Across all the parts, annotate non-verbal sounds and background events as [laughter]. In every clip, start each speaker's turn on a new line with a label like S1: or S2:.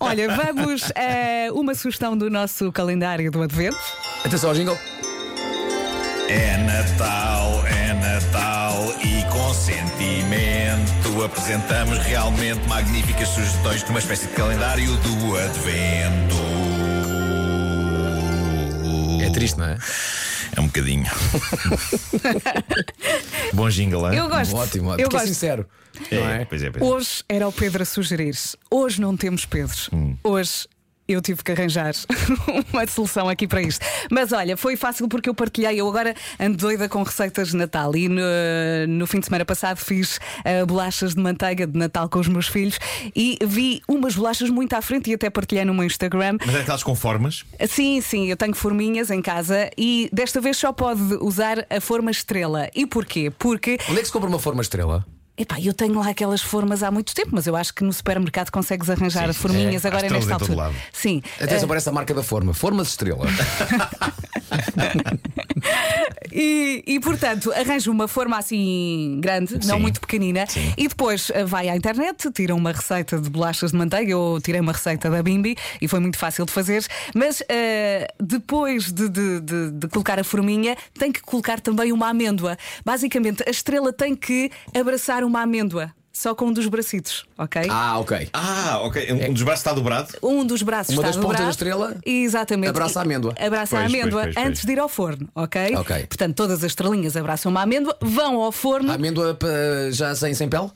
S1: Olha, vamos a uma sugestão do nosso calendário do Advento.
S2: Atenção ao jingle.
S3: É Natal, é Natal e com sentimento apresentamos realmente magníficas sugestões numa espécie de calendário do Advento.
S2: É triste, não é?
S3: É um [laughs] bocadinho. Bom jingle, hein?
S1: Eu gosto.
S2: Ótimo, ótimo.
S1: Eu
S2: Porque é
S1: gosto.
S2: sincero.
S3: É,
S2: não é?
S3: Pois é, pois é.
S1: Hoje era o Pedro a sugerir. Hoje não temos Pedro.
S2: Hum.
S1: Hoje. Eu tive que arranjar [laughs] uma solução aqui para isto. Mas olha, foi fácil porque eu partilhei. Eu agora ando doida com receitas de Natal e no, no fim de semana passado fiz ah, bolachas de manteiga de Natal com os meus filhos e vi umas bolachas muito à frente e até partilhei no meu Instagram.
S3: Mas é aquelas com formas?
S1: Sim, sim, eu tenho forminhas em casa e desta vez só pode usar a forma estrela. E porquê? Porque
S2: Onde é que se compra uma forma estrela?
S1: Epá, eu tenho lá aquelas formas há muito tempo, mas eu acho que no supermercado consegues arranjar
S3: Sim, sim.
S1: forminhas
S3: É, há
S1: agora
S3: estrelas
S1: nesta
S3: em todo
S1: altura.
S3: lado.
S1: Sim.
S2: Atenção, parece a marca da forma. Forma de estrela.
S1: E, e, portanto, arranjo uma forma assim grande, não
S3: Sim.
S1: muito pequenina,
S3: Sim.
S1: e depois eh, vai à internet, tira uma receita de bolachas de manteiga. Eu tirei uma receita da Bimbi e foi muito fácil de fazer. Mas eh, depois de, de- de- de colocar a forminha, tem que colocar também uma amêndoa. Basicamente, a estrela tem que abraçar uma amêndoa, só com um dos bracitos, ok?
S2: ah, ok.
S3: Ah, ok. Um, um dos braços está dobrado.
S1: Um dos braços
S2: Uma
S1: está
S2: das pontas
S1: dobrado.
S2: da estrela
S1: Exatamente.
S2: abraça a amêndoa.
S1: Abraça a
S3: Pois, pois,
S1: amêndoa
S3: pois, pois.
S1: antes de ir ao forno, ok?
S2: Ok.
S1: Portanto, todas as estrelinhas abraçam uma amêndoa, vão ao forno,
S2: A amêndoa pa- já sem, sem pele?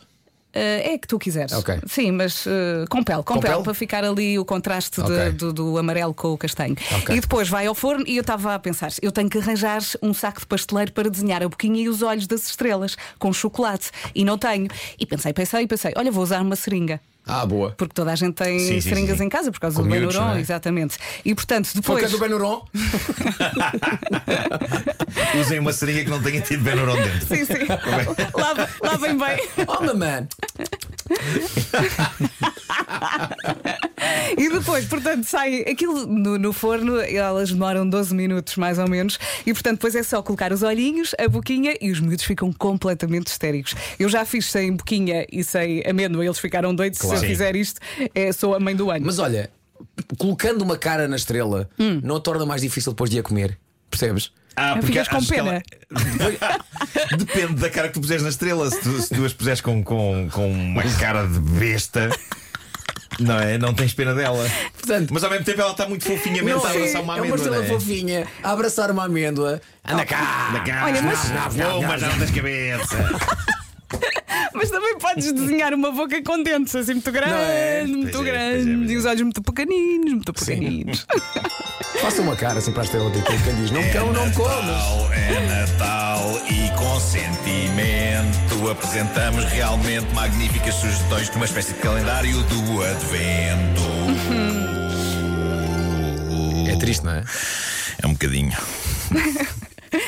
S1: eh, é que tu quiseres.
S2: Ok.
S1: Sim, mas eh, com pele, com,
S2: Com
S1: pele,
S2: pele?
S1: para ficar ali o contraste de-
S2: Ok.
S1: do, do amarelo com o castanho.
S2: Ok.
S1: E depois vai ao forno e eu estava a pensar, eu tenho que arranjar um saco de pasteleiro para desenhar a boquinha e os olhos das estrelas com chocolate e não tenho. E pensei, pensei, pensei, olha, vou usar uma seringa.
S2: Ah, boa.
S1: Porque toda a gente tem
S3: Sim, sim,
S1: seringas
S3: sim.
S1: em casa por causa
S2: Com
S1: do
S2: miúdos,
S1: Benuron,
S2: não é?
S1: exatamente. E portanto,
S2: Foi o
S1: depois.
S2: que é do Benuron?
S3: Usem uma seringa que não tenha tido Benuron dentro.
S1: Sim,
S2: [laughs]
S1: sim. Lá, lá vem bem.
S2: Oh, mamãe.
S1: E depois, portanto, sai aquilo no, no forno, elas demoram 12 minutos mais ou menos, e portanto, depois é só colocar os olhinhos, a boquinha e os miúdos ficam completamente histéricos. Eu já fiz sem boquinha e sem amêndoa, eles ficaram doidos.
S2: Claro.
S1: Se eu
S3: Sim.
S1: fizer isto, é, sou a mãe do ano.
S2: Mas olha, colocando uma cara na estrela não a torna mais difícil depois de a comer. Percebes?
S3: Ah,
S1: Ficas com
S3: achas que
S1: pena.
S3: ela- [laughs] Depende da cara que tu puseres na estrela. Se tu, se tu as puseres com, com, com uma cara de besta. Não é? Não tens pena dela.
S2: Portanto-
S3: Mas ao mesmo tempo ela está muito fofinha
S2: Não,
S3: mesmo a
S2: é,
S3: abraçar uma
S2: é uma
S3: amêndoa.
S2: estrela
S3: não é?
S2: fofinha a abraçar uma amêndoa. Anda cá!
S3: Na cara,
S1: Olha, mas-
S3: não, não, vou, mas não das cabeça.
S1: Mas também podes desenhar uma boca com dentes, assim muito grande,
S2: é?
S1: muito
S3: Pois é, pois é,
S1: grande,
S3: pois é.
S1: e os olhos muito pequeninos, muito pequeninos.
S2: Faça uma cara assim para a estrela tipo quem diz: Não me cão, não me comas.
S3: Natal, é Natal e com sentimento apresentamos realmente magníficas sugestões numa espécie de calendário do Advento.
S2: É triste, não é?
S3: É um bocadinho.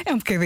S1: É um bocadinho.